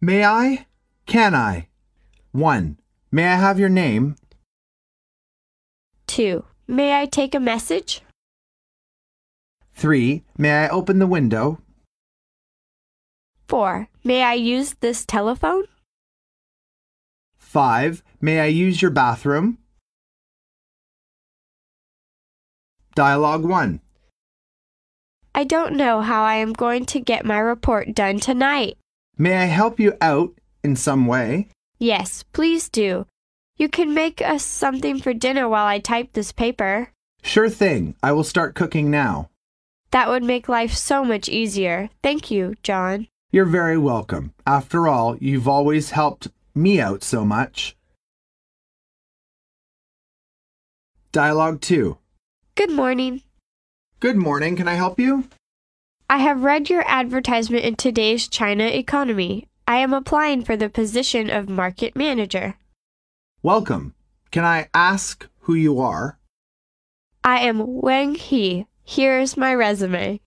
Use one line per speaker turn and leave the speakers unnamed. May I? Can I? 1. May I have your name?
2. May I take a message?
3. May I open the window?
4. May I use this telephone?
5. May I use your bathroom? Dialogue 1.
I don't know how I am going to get my report done tonight.
May I help you out in some way?
Yes, please do. You can make us something for dinner while I type this paper.
Sure thing. I will start cooking now.
That would make life so much easier. Thank you, John.
You're very welcome. After all, you've always helped me out so much. Dialogue 2.
Good morning.
Good morning. Can I help you?
I have read your advertisement in today's China economy. I am applying for the position of market manager.
Welcome. Can I ask who you are?
I am Wang He. Here is my resume.